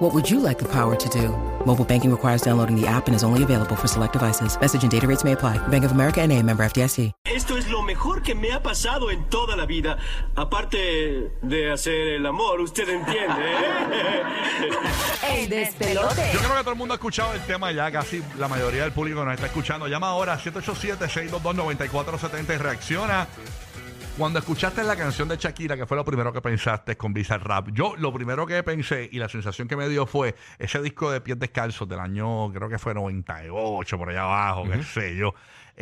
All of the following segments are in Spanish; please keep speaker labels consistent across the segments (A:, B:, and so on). A: What would you like the power to do? Mobile banking requires downloading the app and is only available for select devices. Message and data rates may apply. Bank of America and a member FDIC.
B: Esto es lo mejor que me ha pasado en toda la vida. Aparte de hacer el amor, usted entiende. ¿eh?
C: Yo creo que todo el mundo ha escuchado el tema ya, casi la mayoría del público nos está escuchando. Llama ahora a 787-622-9470 y reacciona. Cuando escuchaste la canción de Shakira, que fue lo primero que pensaste con Bizarrap, yo lo primero que pensé y la sensación que me dio fue ese disco de pies descalzos del año, creo que fue 98, por allá abajo, qué sé yo.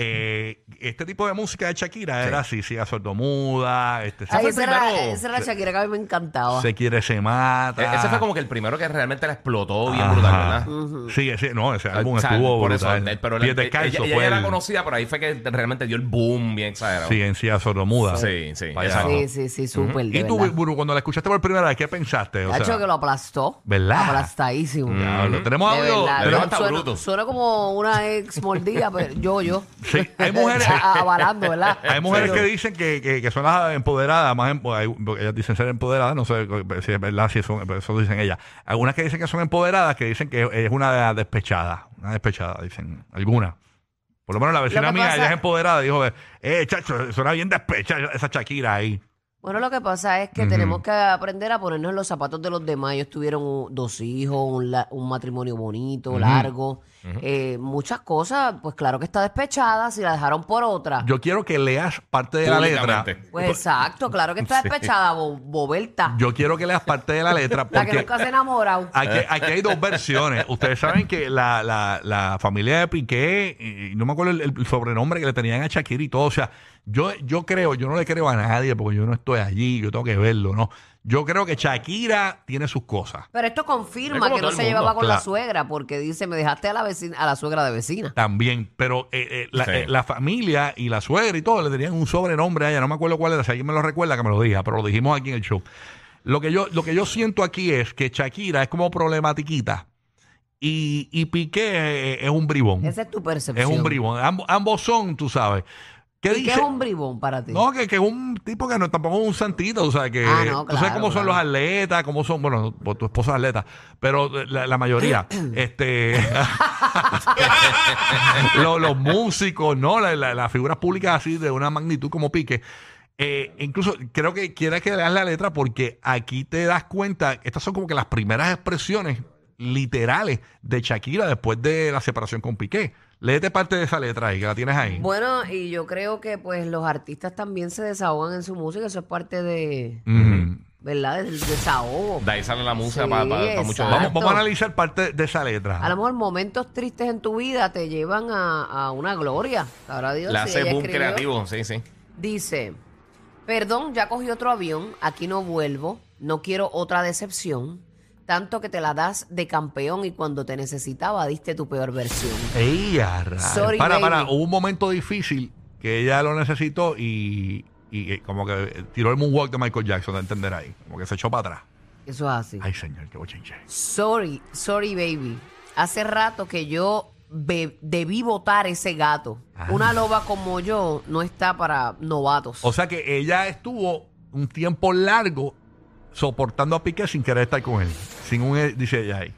C: Eh, este tipo de música de Shakira era así, siga sordomuda, este, ese
D: Ay,
C: fue el
D: esa, era,
C: primero.
D: esa era Shakira que a mí me encantaba.
C: se quiere, se mata.
E: E- Ese fue como que el primero que realmente la explotó bien
C: Ah. Ajá.
E: brutal, ¿verdad?
C: Sí, ese- no, ese álbum
E: O sea,
C: estuvo
E: por
C: brutal.
E: eso, eh, pero la-
C: Pies
E: ella,
C: descalzos
E: ella
C: fue
E: ya era
C: el-
E: conocida, pero ahí fue que realmente dio el boom bien exagerado.
C: Sí, en silla sordomuda.
E: Sí, sí,
C: Vaya.
E: exacto.
C: Ajá.
D: Sí, sí, sí, súper. de
C: Y tú,
D: verdad.
C: Buru, cuando la escuchaste por primera vez, ¿qué pensaste? O
D: Cacho,
C: sea,
D: que lo aplastó.
C: ¿Verdad? Mm,
D: Aplastadísimo.
C: Diablo, tenemos
D: De
C: audio.
D: verdad,
C: tenemos-
E: hasta
D: suena,
E: bruto.
D: suena como una ex mordida, pero yo, yo.
C: Sí, hay mujeres-
D: A- a- Avalando, ¿verdad?
C: Hay mujeres
D: Pero-
C: que dicen que, que, que son las empoderadas, más empo- hay- porque ellas dicen ser empoderadas, no sé si es verdad, si son, pero eso dicen ellas. Algunas que dicen que son empoderadas, que dicen que es una despechada, una despechada, dicen, alguna. Por lo menos la vecina
D: que
C: mía,
D: pasa-
C: ella es empoderada, dijo, eh, chacho, suena bien despechada esa Shakira ahí.
D: Bueno, lo que pasa es que tenemos que aprender a ponernos en los zapatos de los demás. Ellos tuvieron un- dos hijos, un, la- un matrimonio bonito, largo, eh, muchas cosas. Pues claro que está despechada si la dejaron por otra.
C: Yo quiero que leas parte de la letra.
E: Públicamente.
D: Pues exacto, claro que está despechada, bo- boberta.
C: Yo quiero que leas parte de la letra
D: la que
C: porque Ah,
D: nunca se ha enamorado.
C: aquí, aquí hay dos versiones. Ustedes saben que la, la- la familia de Piqué, eh, no me acuerdo el, el sobrenombre que le tenían a Shakira y todo. O sea, yo, yo creo, yo no le creo a nadie porque yo no estoy allí, yo tengo que verlo, ¿no? Yo creo que Shakira tiene sus cosas.
D: Pero esto
E: Es
D: confirma
E: como
D: que
E: todo
D: no
E: el
D: se
E: mundo,
D: llevaba con la
C: claro.
D: suegra, porque dice, me dejaste a la vecina, a la suegra de vecina.
C: También, pero eh, eh, la,
E: Sí.
C: eh, la familia y la suegra y todo le tenían un sobrenombre a ella, no me acuerdo cuál era, si alguien me lo recuerda que me lo diga, pero lo dijimos aquí en el show. Lo que yo, lo que yo siento aquí es que Shakira es como problematiquita y, y Piqué eh, es un bribón.
D: Esa es tu
C: es
D: percepción.
C: un bribón. Ambos- ambos son, tú sabes. ¿Qué
D: ¿Y qué
C: dice?
D: es un bribón para ti?
C: No, que que es un tipo que no tampoco es un santito, o sea, que
D: Este. Ah, no,
C: tú sabes
D: claro,
C: cómo son
D: claro.
C: los atletas, cómo son, bueno, no, tu esposa es atleta, pero eh, la, la mayoría, este, los, los músicos, ¿no? La- la- Las figuras públicas así de una magnitud como Pique. Eh, incluso creo que quieres que leas la letra porque aquí te das cuenta, estas son como que las primeras expresiones literales de Shakira después de la separación con Piqué. Léete parte de esa letra ahí, que la tienes ahí.
D: Bueno, y yo creo que pues los artistas también se desahogan en su música, eso es parte de,
C: Mm. Ujú.
D: ¿verdad? Del desahogo.
E: De ahí sale la música
D: Sí,
E: para, mucho
D: exacto.
C: Vamos, vamos a analizar parte de esa letra.
D: Ah, A lo mejor momentos tristes en tu vida te llevan a, a una gloria. Sabrá Dios
E: Le
D: si
E: hace
D: ella
E: boom
D: escribió.
E: creativo, sí, sí.
D: Dice, perdón, ya cogí otro avión, aquí no vuelvo, no quiero otra decepción, tanto que te la das de campeón y cuando te necesitaba diste tu peor versión.
C: Ey, a rayos.
D: Sorry,
C: para, para,
D: baby.
C: hubo un momento difícil que ella lo necesitó y, y, eh, como que eh, tiró el moonwalk de Michael Jackson, de entender ahí. Como que se echó para atrás.
D: Eso es así.
C: Ay, señor, qué bochinche.
D: Sorry, sorry baby. Hace rato que yo be- debí votar ese gato.
C: Ah.
D: Una loba como yo no está para novatos.
C: O sea que ella estuvo un tiempo largo soportando a Piqué sin querer estar con él. Sin un, eh, dice ella ahí.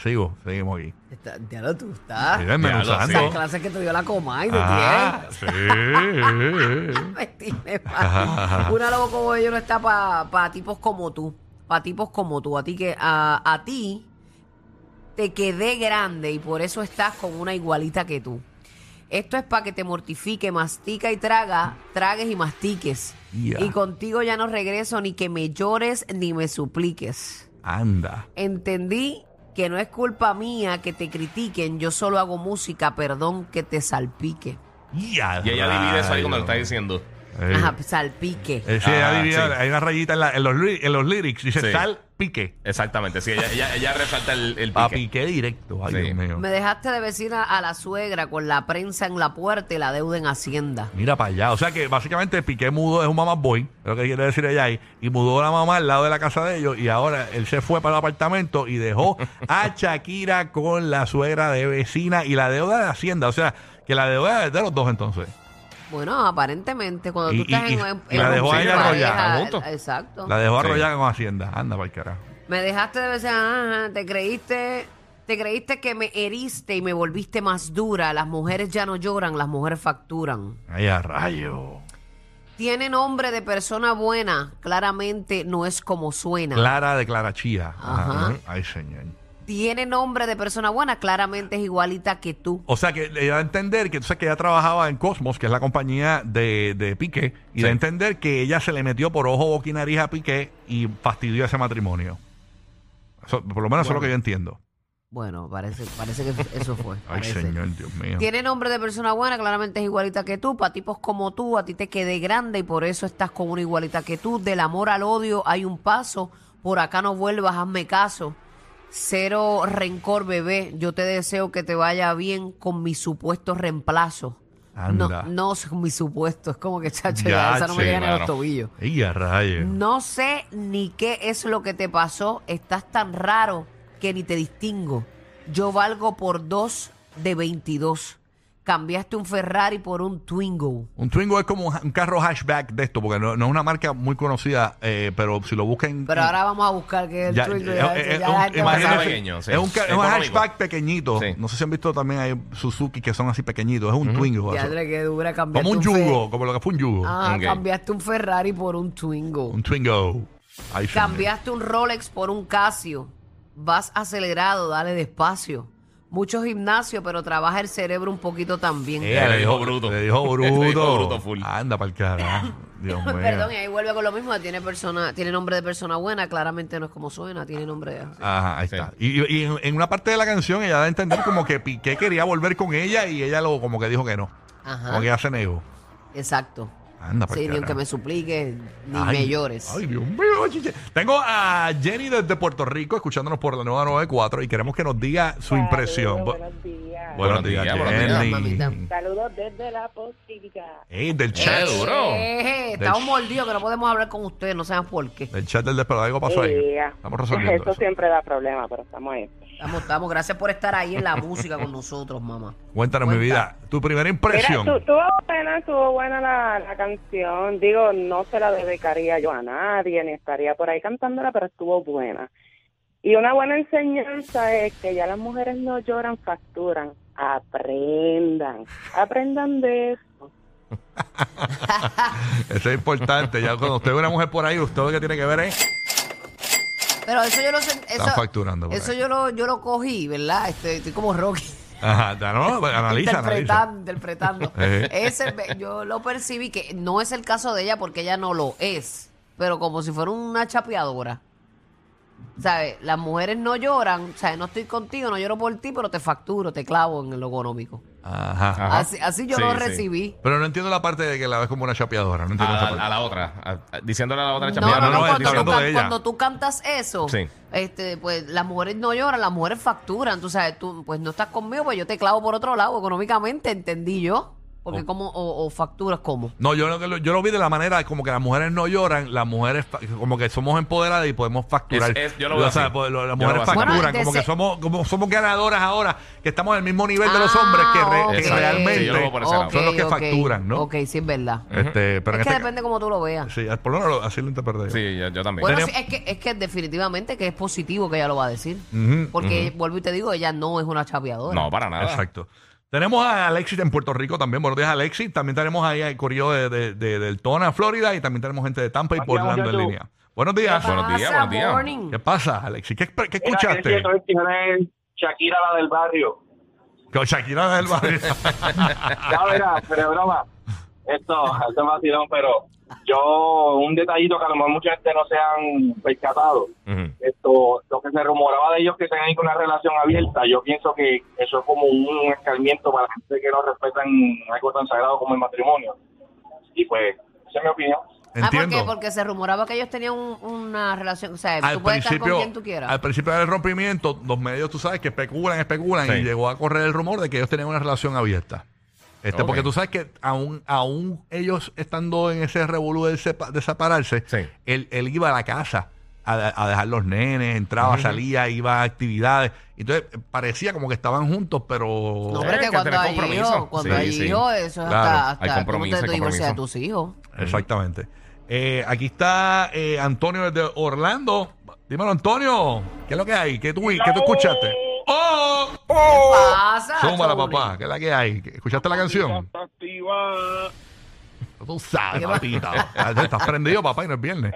C: Sigo, seguimos aquí.
D: Está- ya lo tú estás.
C: Y
E: ya
C: desmenuzando.
D: Las clases que te dio la coma y
C: Ah,
D: Ah. de
C: sí. eh, eh.
D: Una lobo como yo no está para tipos como tú. Para tipos como tú. A ti que a, a ti te quedé grande y por eso estás con una igualita que tú. Esto es para que te mortifique, mastica y traga, tragues y mastiques.
C: Ya.
D: Y contigo ya no regreso ni que me llores ni me supliques.
C: Anda.
D: Entendí que no es culpa mía que te critiquen, yo solo hago música, perdón que te salpique.
C: Y, a
E: Y ella divide eso ahí como lo está
C: rayos.
E: diciendo.
C: Eh.
D: Ajá, salpique.
C: Eh, sí, ella
E: Ah,
C: divide-
E: sí.
C: Hay una rayita en, la- en los, lyri- en los lyrics, dice
E: Sí.
C: sal pique.
E: Exactamente, sí, ella, ella, ella resalta el, el
C: A
E: pique.
C: pique directo. Ay,
E: Sí.
C: Dios mío.
D: Me dejaste de vecina a la suegra con la prensa en la puerta y la deuda en Hacienda.
C: Mira para allá. O sea que básicamente Piqué mudó, es un mamá boy, es lo que quiere decir ella ahí, y mudó la mamá al lado de la casa de ellos. Y ahora él se fue para el apartamento y dejó a Shakira con la suegra de vecina y la deuda de Hacienda. O sea, que la deuda es de los dos entonces.
D: Bueno, aparentemente, cuando
C: Y-
D: tú estás
C: y-
D: en,
C: y-
D: en-
C: y la
D: en
C: dejó a ella
D: pareja,
C: arrollada,
E: juntos.
D: Exacto.
C: La dejó
E: Sí.
C: arrollada con Hacienda. Anda para el carajo.
D: Me dejaste de veces, ajá, te creíste, te creíste que me heriste y me volviste más dura. Las mujeres ya no lloran, las mujeres facturan.
C: Ay, a rayo.
D: Tiene nombre de persona buena, claramente no es como suena.
C: Clara de Clara Chía.
D: Ajá.
C: Ajá. Ay, señor.
D: Tiene nombre de persona buena, claramente es igualita que tú.
C: O sea, que le da a entender que entonces que ella trabajaba en Cosmos, que es la compañía de, de Piqué, y
E: Sí.
C: da a entender que ella se le metió por ojo, boca y nariz a Piqué y fastidió ese matrimonio. Eso- por lo menos eso es lo que yo entiendo.
D: Bueno, parece, parece que eso fue.
C: Ay,
D: parece.
C: señor, Dios mío.
D: Tiene nombre de persona buena, claramente es igualita que tú. Para tipos como tú, a ti te quedé grande y por eso estás con una igualita que tú. Del amor al odio hay un paso. Por acá no vuelvas, hazme caso. Cero rencor, bebé. Yo te deseo que te vaya bien con mi supuesto reemplazo. No,
C: Anda.
D: no es mi supuesto. Es como que, chacho,
C: Ya,
D: ya, esa no me
C: sí,
D: llega ni a los
E: claro.
D: tobillos.
C: Ay, a rayo.
D: No sé ni qué es lo que te pasó. Estás tan raro que ni te distingo. Yo valgo por dos de 22. Cambiaste un Ferrari por un Twingo.
C: Un Twingo es como un, ha- un carro hatchback de esto, porque no, no es una marca muy conocida, eh, pero si lo buscan...
D: Pero ahora vamos a buscar qué es el
C: Ya,
D: Twingo.
C: eh,
D: ya,
C: eh,
D: ya
C: eh,
D: la
C: un-
D: gente va a
C: imagínese,
E: Está
D: saber.
E: pequeño, sí.
C: Es un, ca- es un
E: Económico.
C: hatchback pequeñito.
E: Sí.
C: No sé si han visto también hay Suzuki que son así pequeñitos. Es un Twingo.
D: Ya,
C: eso.
D: André, qué dura cambiaste
C: Como un
D: Fe-
C: yugo, como lo que fue un yugo.
D: Ah,
E: Ok.
D: cambiaste un Ferrari por un Twingo.
C: Un Twingo. Ay, señor.
D: Cambiaste un Rolex por un Casio. Vas acelerado, dale despacio. Mucho gimnasio, pero trabaja el cerebro un poquito también.
C: Ella
E: Eh, Le dijo bruto.
C: Le dijo
E: Le
C: bruto.
E: dijo bruto full.
C: Anda para el carajo. Dios mío.
D: Perdón, eh. y ahí vuelve con lo mismo. Tiene persona, tiene nombre de persona buena, claramente no es como suena, tiene nombre de.
C: Ajá, ahí está. Y, y en, en una parte de la canción ella da a entender como que Piqué quería volver con ella y ella lo como que dijo que no.
D: Ajá.
C: Como que ella se negó.
D: Exacto.
C: Anda para
D: Sí, ni aunque me supliques, ni me llores.
C: Ay, Dios mío, chiche. Tengo a Jenny desde Puerto Rico escuchándonos por la nueva 94 y queremos que nos diga su impresión. Bu-
F: Saludos, buenos días.
E: Buenos días, buenos
D: días, mamita.
F: Saludos desde la posibilidad.
C: Ey, del
E: ¡Qué
C: chat.
E: duro!
D: Eh,
C: Del-
D: estamos mordidos que no podemos hablar con ustedes, no sabemos por qué.
C: Del chat del despertador. Algo pasó ahí. Estamos resolviendo.
F: Eso
C: eso.
F: siempre da problema, pero estamos ahí.
D: Estamos, estamos. Gracias por estar ahí en la música con nosotros, mamá.
C: Cuéntanos, mi vida, tu primera
F: Mira,
C: impresión.
F: tu- estuvo buena, estuvo buena la, la canción. Digo, no se la dedicaría yo a nadie, ni estaría por ahí cantándola, pero estuvo buena. Y una buena enseñanza es que ya las mujeres no lloran, facturan. Aprendan, aprendan de eso.
C: Eso es importante. Ya cuando usted ve una mujer por ahí, usted lo que tiene que ver es.
D: Pero eso yo lo sen- eso,
C: Están facturando por
D: Eso
C: ahí.
D: yo lo, yo lo cogí, ¿verdad? Este, estoy como Rocky.
C: Ajá, ya no, pues, analiza, analiza. Eh.
D: interpretando, interpretando.
C: Ejé.
D: Ese ve- yo lo percibí que no es el caso de ella porque ella no lo es, pero como si fuera una chapeadora. ¿Sabes? Las mujeres no lloran, ¿sabes? No estoy contigo, no lloro por ti, pero te facturo, te clavo en lo económico.
C: Ajá.
E: Ajá.
D: Así, así yo
E: Sí,
D: lo
E: sí.
D: recibí.
C: Pero no entiendo la parte de que la ves como una chapeadora. No
E: A,
C: entiendo esa
E: a-
C: parte.
E: a la otra, a- a- diciéndole a la otra Pues,
D: No,
E: chapeadora.
D: no, no,
C: no, está
D: cuando, tú
C: hablando
D: can-
C: de ella.
D: cuando tú cantas eso,
E: Sí.
D: este, pues las mujeres no lloran, las mujeres facturan, tú sabes, tú pues no estás conmigo, pues yo te clavo por otro lado, económicamente, entendí yo, porque
C: Oh.
D: como, o, o facturas como.
C: No, yo lo, yo lo vi de la manera como que las mujeres no lloran, las mujeres fa- como que somos empoderadas y podemos facturar.
E: Es- es- yo lo veo
C: O sea,
E: así.
C: pues, lo- las
E: Yo lo
C: mujeres
E: veo así.
C: facturan,
D: Bueno, de
C: como que
D: ese-
C: somos como somos ganadoras ahora, que estamos al mismo nivel de los
D: Ah,
C: hombres que, re-
D: ok.
C: que
E: Exacto. Sí, yo lo veo
C: realmente.
E: por ese lado.
C: son los que
D: Ok, ok.
C: facturan, ¿no?
D: Ok, sí, es verdad.
C: Este, pero en
D: es que
C: este
D: depende como tú lo veas.
C: ca- sí, por lo menos así lo interpreté. yo.
E: Sí, yo, yo también.
D: Bueno,
C: Tenemos-
D: sí, es, que, es que definitivamente que es positivo que ella lo va a decir.
C: Ujú,
D: Porque, vuelvo y te digo, ella no es una chapeadora.
E: no, para nada.
C: Exacto. Tenemos a Alexis en Puerto Rico también. Buenos días, Alexis. También tenemos ahí el corrido de, de, de- del Tona, Florida. Y también tenemos gente de Tampa y
G: Buen día,
C: Orlando en
G: muchacho.
C: línea. Buenos días.
E: Buenos días,
D: Pasa,
E: buenos días.
D: morning.
C: ¿Qué pasa, Alexis? ¿Qué, qué
G: Mira,
C: escuchaste?
G: quiero saber quién es Shakira, la del barrio.
C: Con Shakira del barrio.
D: Ah,
G: Ya verás, pero es broma. Esto, esto es vacilón, pero yo, un detallito que a lo mejor mucha gente no se han percatado.
E: Ujú.
G: Esto, lo que se rumoraba de ellos que tenían una relación abierta, yo pienso que eso es como un escarmiento para la gente que no respetan algo tan sagrado como el matrimonio. Y pues, esa es mi opinión.
D: Ah, ¿por
C: Entiendo.
D: qué? Porque se rumoraba que ellos tenían un- una relación. O sea,
C: al
D: tú puedes estar con
C: principio,
D: quien tú quieras.
C: al principio del rompimiento, los medios, tú sabes, que especulan, especulan,
E: Sí.
C: y llegó a correr el rumor de que ellos tenían una relación abierta. Este,
E: Ok.
C: Porque tú sabes que aún, aún ellos estando en ese revolú de, sepa- de separarse,
E: Sí.
C: él, él iba a la casa a, a dejar los nenes, entraba, salía, iba a actividades. Entonces, parecía como que estaban juntos, pero...
D: No,
E: Sí,
D: pero es
E: hay
D: que
E: que
D: cuando
E: tener
D: hay
E: compromiso.
D: hijos, cuando
E: Sí,
D: hay
E: sí.
D: hijos, eso es
C: Claro,
D: hasta,
E: hay
D: hasta
E: compromiso,
D: tú no
E: hay
D: te divorcias de
E: compromiso.
D: tus hijos.
C: Exactamente. Eh, aquí está eh, Antonio desde Orlando. Dímelo, Antonio. ¿Qué es lo que hay? ¿Qué tú, qué tú escuchaste? ¡Oh!
D: Pasa.
C: Súmala,
D: Chuli.
C: papá. ¿Qué es la que hay? ¿Escuchaste la canción?
G: Está activa.
C: Tú sabes, papita. Ah, Estás prendido, papá, y no es viernes.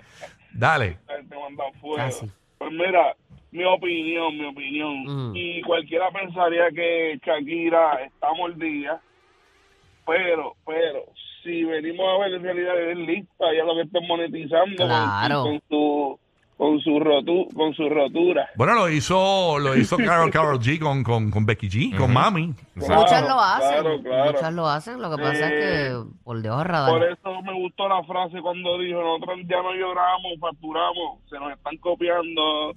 C: Dale.
G: te mandan fuera.
D: Ah, sí.
G: Pues mira, mi opinión, mi opinión.
D: Mm.
G: Y cualquiera pensaría que Shakira está mordida, pero, pero, si venimos a ver en realidad es lista, ya lo que está monetizando con-
D: Claro.
G: con, su con su rotu, con su rotura.
C: Bueno, lo hizo, lo hizo Carol, Carol G con, con, con Becky G, con Mami.
E: Exacto.
D: Muchas lo hacen.
G: claro, claro. Eh,
D: Muchas lo hacen. Lo que pasa es que por Dios
G: Por
D: radar.
G: eso me gustó la frase cuando dijo, nosotros ya no lloramos, facturamos, se nos están copiando.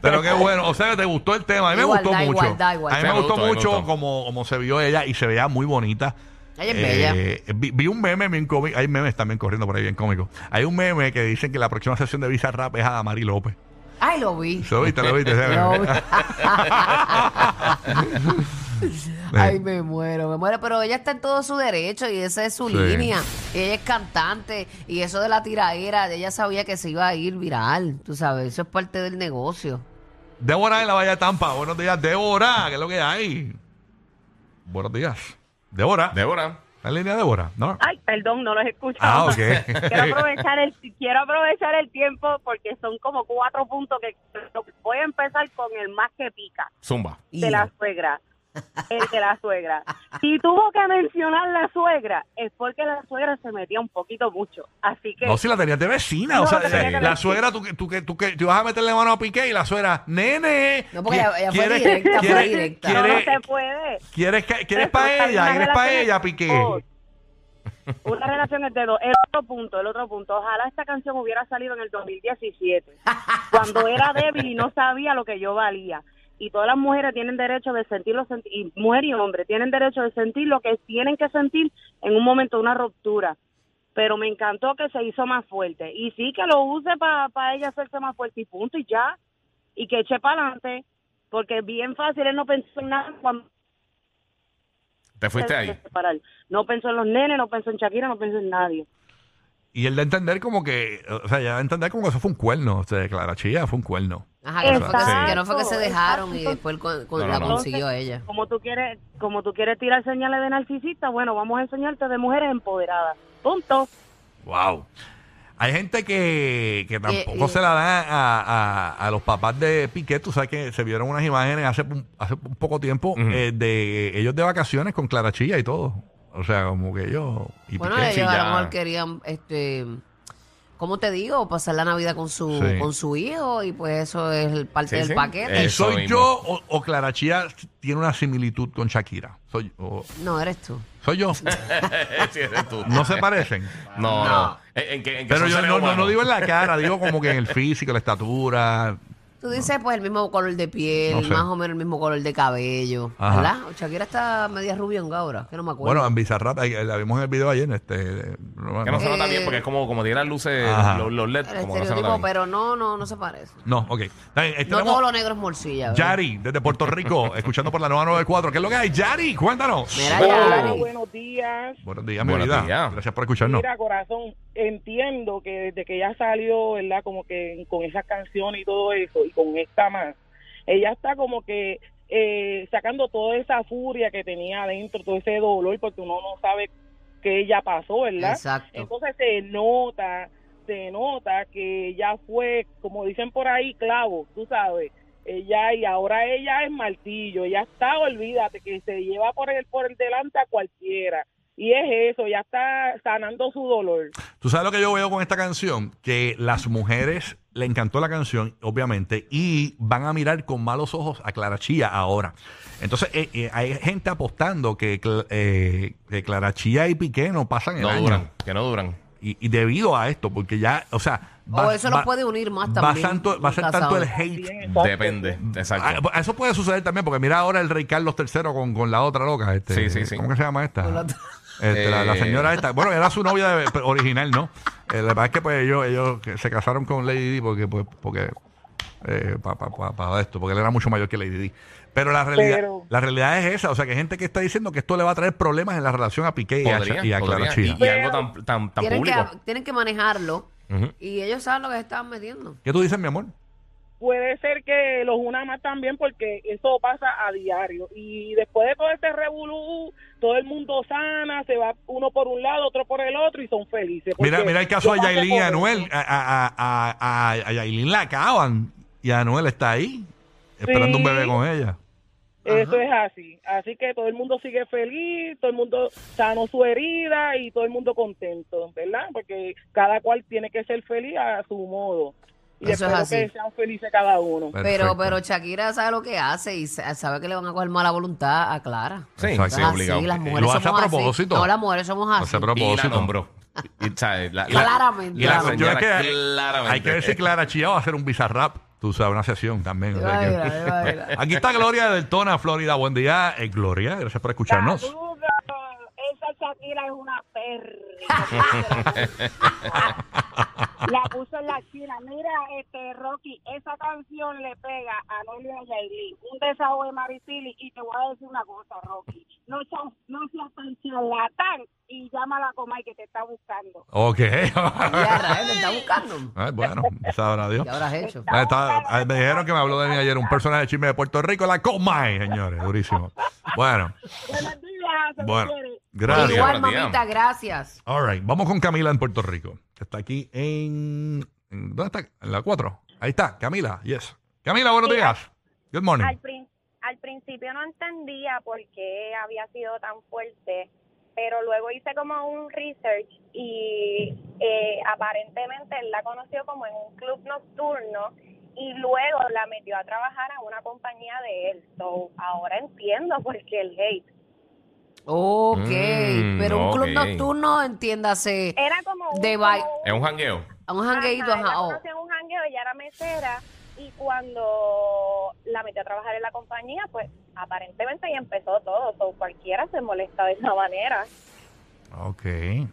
C: Pero qué bueno. O sea, que te gustó el tema. A mí me
D: Igualdad,
C: gustó mucho.
D: igualdad, igualdad.
C: A mí me
E: Me
C: gustó
E: gustó, me
C: mucho
E: gustó.
C: como, como se vio ella y se veía muy bonita.
D: Ella es bella.
C: Eh, vi, vi un meme bien cómico. Hay memes también corriendo por ahí bien cómicos. Hay un meme que dicen que la próxima sesión de Visa Rap es a Damari López.
D: Ay, lo vi.
C: ¿Lo viste? ¿Lo viste? Ese meme.
D: Lo vi. Ay, me muero, me muero. Pero ella está en todo su derecho y esa es su
C: Sí.
D: línea. Ella es cantante y eso de la tiradera, ella sabía que se iba a ir viral. Tú sabes, eso es parte del negocio.
C: Débora de la Valla de Tampa. Buenos días, Débora. ¿Qué es lo que hay? Buenos días. Débora.
E: Débora.
C: ¿Está en línea Débora? No.
H: Ay, perdón, no los escucho.
C: Ah, ok.
H: Quiero aprovechar el quiero aprovechar el tiempo porque son como cuatro puntos que voy a empezar con el más que pica
E: Zumba.
H: de la suegra. El de la suegra. Si tuvo que mencionar la suegra es porque la suegra se metía un poquito mucho. Así que
C: No, si la tenías de vecina.
H: No,
C: o sea,
H: la tenía de
C: la
H: vecina.
C: suegra, tú, que- tú, que- tú, que- tú ibas a meterle mano a Piqué y la suegra, nene.
D: No, porque
C: qui-
D: ella- ella fue
C: ¿quieres-
D: directa, fue
C: quieres-
D: directa.
H: no, no
C: ¿Quieres,
H: se puede.
C: quieres, que- quieres
H: Eso está
C: para
H: en
C: ella?
H: una
C: ¿Quieres para
H: relación
C: ella,
H: de
C: Piqué?
H: dos. Una relación entre dos. El otro punto, el otro punto. Ojalá esta canción hubiera salido en el 2017, cuando era débil y no sabía lo que yo valía. Y todas las mujeres tienen derecho de sentir los senti- y mujer y hombre tienen derecho de sentir lo que tienen que sentir en un momento de una ruptura. Pero me encantó que se hizo más fuerte. Y sí, que lo use para ella hacerse más fuerte y punto y ya. Y que eche para adelante. Porque es bien fácil es no pensar en nada cuando
E: Te fuiste
H: se-
E: ahí.
H: se separar. No pensó en los nenes, no pensó en Shakira, no pensó en nadie.
C: Y él de entender como que, o sea, ya de entender como que eso fue un cuerno. O sea, Clara Chía fue un cuerno.
D: Ajá, que, no fue que, se-
E: Exacto,
D: que no fue que se dejaron y
H: exacto.
D: después con- con-
E: No, no,
D: la
E: no.
D: consiguió
H: Entonces,
D: ella.
H: Como tú quieres, como tú quieres tirar señales de narcisista, bueno, vamos a enseñarte de mujeres empoderadas. Punto.
C: Wow. Hay gente que, que tampoco
D: eh.
C: se la da a, a- a los papás de Piqué. Tú sabes que se vieron unas imágenes hace, un- hace un poco tiempo
E: Ujú.
C: eh, de ellos de vacaciones con Clara Chía y todo. O sea, como que ellos... Y
D: Bueno,
C: Piqué.
E: sí,
D: ellos a lo
E: ya.
D: mejor querían, este, ¿cómo te digo? Pasar la Navidad con su,
C: Sí. Eh.
D: con su hijo y pues eso es el parte
E: Sí,
D: del
E: sí.
D: paquete.
C: ¿Y
E: eso
C: soy
E: mismo.
C: yo o, o Clara Chía tiene una similitud con Shakira? Soy, o-
D: No, eres tú.
C: soy yo.
E: Eh, Sí, eres tú.
C: No se parecen.
E: No, no. Eh, ¿En, en qué- en qué
C: Pero
E: son
C: yo
E: seres
C: no, no, no
E: humanos?
C: digo en la cara, digo como que en el físico, la estatura.
D: Tú dices pues el mismo color de piel,
C: No sé.
D: más o menos el mismo color de cabello,
C: Ajá.
D: ¿verdad? Shakira está media rubia ahora, que no me acuerdo.
C: Bueno, en Bizarrap, eh, la vimos en el video ayer. Este, no,
E: Que no se nota
D: Eh,
E: bien porque es como, como tiene las luces,
C: Ajá.
E: los, los LED,
D: el
E: como no se nota
D: estereotipo,
E: bien.
D: pero no, no, no se parece.
C: no, ok. Está bien, eh,
D: No todo
C: tenemos
D: lo negro es morcilla. ¿verdad?
C: Yari, desde Puerto Rico, escuchando por la 994. ¿Qué es lo que hay, Yari? Cuéntanos.
D: Mira,
F: Hola,
H: Oh.
D: Yari.
F: buenos días.
C: Buenos días, mi
E: Buenos
C: vida.
E: días.
C: Gracias por escucharnos.
F: Mira, corazón, entiendo que desde que ella salió, ¿verdad? Como que con esas canciones y todo eso, y con esta más, ella está como que eh, sacando toda esa furia que tenía adentro, todo ese dolor, porque uno no sabe qué ella pasó, ¿verdad?
D: Exacto.
F: Entonces se nota, se nota que ella fue, como dicen por ahí, clavo, tú sabes. Ella y ahora ella es martillo, ya está, olvídate que se lleva por el por el delante a cualquiera. Y es eso, ya está sanando su dolor.
C: Tú sabes lo que yo veo con esta canción, que las mujeres le encantó la canción, obviamente, y van a mirar con malos ojos a Clara Chía ahora. Entonces, eh, eh, hay gente apostando que, Cl- eh, que Clara Chía y Piqué no pasan el
E: No
C: año.
E: duran, que no duran.
C: Y, y debido a esto, porque ya, o sea,
D: O eso los puede unir más
C: va
D: también,
C: tanto- va a ser
D: nunca
C: tanto el
D: sabes.
C: hate.
E: Depende, exacto.
C: Ah, Eso puede suceder también, porque mira ahora el rey Carlos III con, con la otra loca. Este,
E: Sí, sí, sí.
C: ¿Cómo que se llama esta?
D: Con la otra.
C: Este, la, la
E: Eh.
C: señora esta. Bueno, era su novia de- original, ¿no? Eh, la verdad es que pues ellos, ellos que se casaron con Lady Di porque, pues, porque eh, para esto, porque él era mucho mayor que Lady Di. Pero la realidad,
F: Pero-
C: la realidad es esa, o sea que hay gente que está diciendo que esto le va a traer problemas en la relación a Piqué y a,
E: Podría,
C: y a Clara
E: podría.
C: Chía.
E: Y, pues y algo tan, tan, tan
D: Tienen que,
E: público.
D: tienen que manejarlo
E: Ujú.
D: y ellos saben lo que se están metiendo.
C: ¿Qué tú dices, mi amor?
F: puede ser que los una más también porque eso pasa a diario y después de todo este revolú todo el mundo sana se va uno por un lado otro por el otro y son felices
C: Mira,
F: Porque
C: mira el caso
F: yo
C: de
F: pasé
C: Yailin y
F: por
C: Anuel.
F: eso.
C: A, a, a- a- a- a Yailin la acaban y Anuel está ahí esperando un bebé con ella.
F: eso es así así que todo el mundo sigue feliz todo el mundo sano su herida y todo el mundo contento verdad porque cada cual tiene que ser feliz a su modo y
D: Eso es
F: espero
D: así.
F: que sean felices cada uno
C: Perfecto.
D: Pero, pero Shakira sabe lo que hace y sa- sabe que le van a coger mala voluntad a Clara.
E: Sí,
C: Exacto.
E: sí,
D: Ah,
E: obligado.
D: sí, las
E: Eh,
D: mujeres
C: lo hace
D: somos
C: a
D: así.
C: propósito.
D: No, las mujeres somos
C: O
D: así.
C: sea, a
E: Y la
C: propósito.
E: nombró. Y, ¿sabes? La- la-
D: Claramente.
C: Y la
E: La
C: cuestión es que
E: señora
C: hay-
E: claramente.
C: hay que ver si Clara Chía va a hacer un bizarrap. Tú sabes, una sesión también. o sea
D: Ay,
C: que-
D: mira, mira, mira.
C: Aquí está Gloria de Deltona, Florida. Buen día, eh, Gloria. Gracias por escucharnos.
H: Saludos. Esa Shakira es una perra. la puso en la China. Mira, este Rocky, esa canción le pega a Noelia y a Yailin. Un desahogo de Maricili. Y te voy a decir una cosa, Rocky. No seas, no seas tan charlatán y llama a Comay que te está buscando.
C: Ok.
D: Ya, Rael, te está buscando.
C: Ay, bueno, sabrá Dios.
D: ¿Qué habrás hecho?
C: Ah, está- ah, me dijeron que me habló de mí ayer un personaje de chisme de Puerto Rico, la Comay, señores. Durísimo. Bueno,
H: Buenos días, se me
C: bueno.
H: quiere.
C: Gracias.
D: Igual,
E: Buenos días.
D: mamita, gracias.
C: All right, vamos con Camila en Puerto Rico. que Está aquí en. en- ¿Dónde está? En la 4. Ahí está, Camila. Yes. Camila, buenos
H: Sí,
C: días.
D: ah,
C: Good morning.
H: Al, prin- al principio no entendía por qué había sido tan fuerte, pero luego hice como un research y eh, aparentemente él la conoció como en un club nocturno y luego la metió a trabajar a una compañía de él. So, ahora entiendo por qué el hate.
D: Ok,
E: Mm,
D: pero un club
E: ok.
D: nocturno, entiéndase,
H: Era como un...
D: De bai-
H: como un-
E: Es un jangueo.
D: a un jangueito,
H: Ajá,
D: ajá,
H: ella
D: oh.
H: conoció en un jangueo, ella era mesera y cuando la metió a trabajar en la compañía, pues aparentemente ahí empezó todo. So, cualquiera se molesta de esa manera.
C: Ok.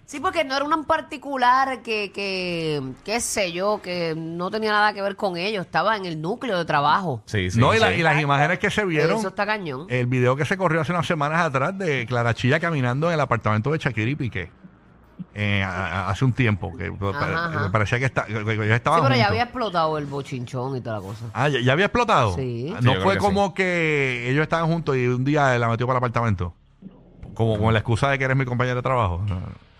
D: Sí, porque no era una en particular que, que, qué sé yo, que no tenía nada que ver con ellos, estaba en el núcleo de trabajo.
E: Sí, sí.
C: no, y, la-
E: sí.
C: y las imágenes que se vieron.
D: Eso está cañón.
C: El video que se corrió hace unas semanas atrás de Clara Chilla caminando en el apartamento de Shakira y Piqué. Eh, a- a- hace un tiempo. Que pa-
D: Ajá, ajá.
C: que parecía que, está, que- que ya
D: Sí,
C: estaban
D: pero ya
C: juntos.
D: había explotado el bochinchón y toda la cosa.
C: Ah, ¿ya, ya había explotado. Ah,
D: Sí.
E: Sí,
C: No
E: yo
C: fue
E: creo que
C: como que ellos estaban juntos y un día la metió para el apartamento. Como con la excusa de que eres mi compañera de trabajo.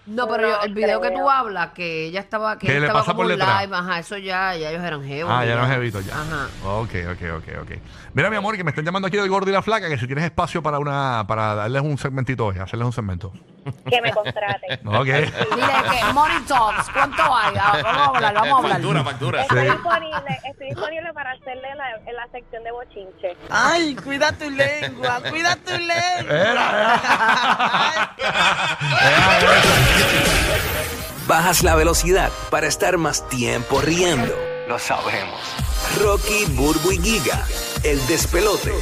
D: No, pero yo- el video que tú hablas, que ella estaba, que
C: ¿Qué
D: él
C: le
D: estaba
C: pasa
D: como
C: por
D: un
C: detrás?
D: live, ajá, eso ya, ya ellos eran jevos.
C: Ah, ya
D: digamos.
C: los he visto ya.
D: Ajá.
C: Ok, ok, ok, ok. Mira, mi amor, que me están llamando aquí del gordo y la flaca, que si tienes espacio para una, para darles un segmentito hoy, hacerles un segmento.
H: Que me contraten.
C: Ok.
D: Mira, que Money Talks, ¿cuánto hay? Ah, Vamos a hablar, vamos a
E: Factura,
D: hablar.
E: factura.
H: Estoy disponible, estoy disponible para hacerle la, en la sección de bochinche.
I: Ay, cuida tu lengua, cuida tu lengua.
J: Bajas la velocidad para estar más tiempo riendo. Lo sabemos. Rocky, Burbu y Giga, el despelote.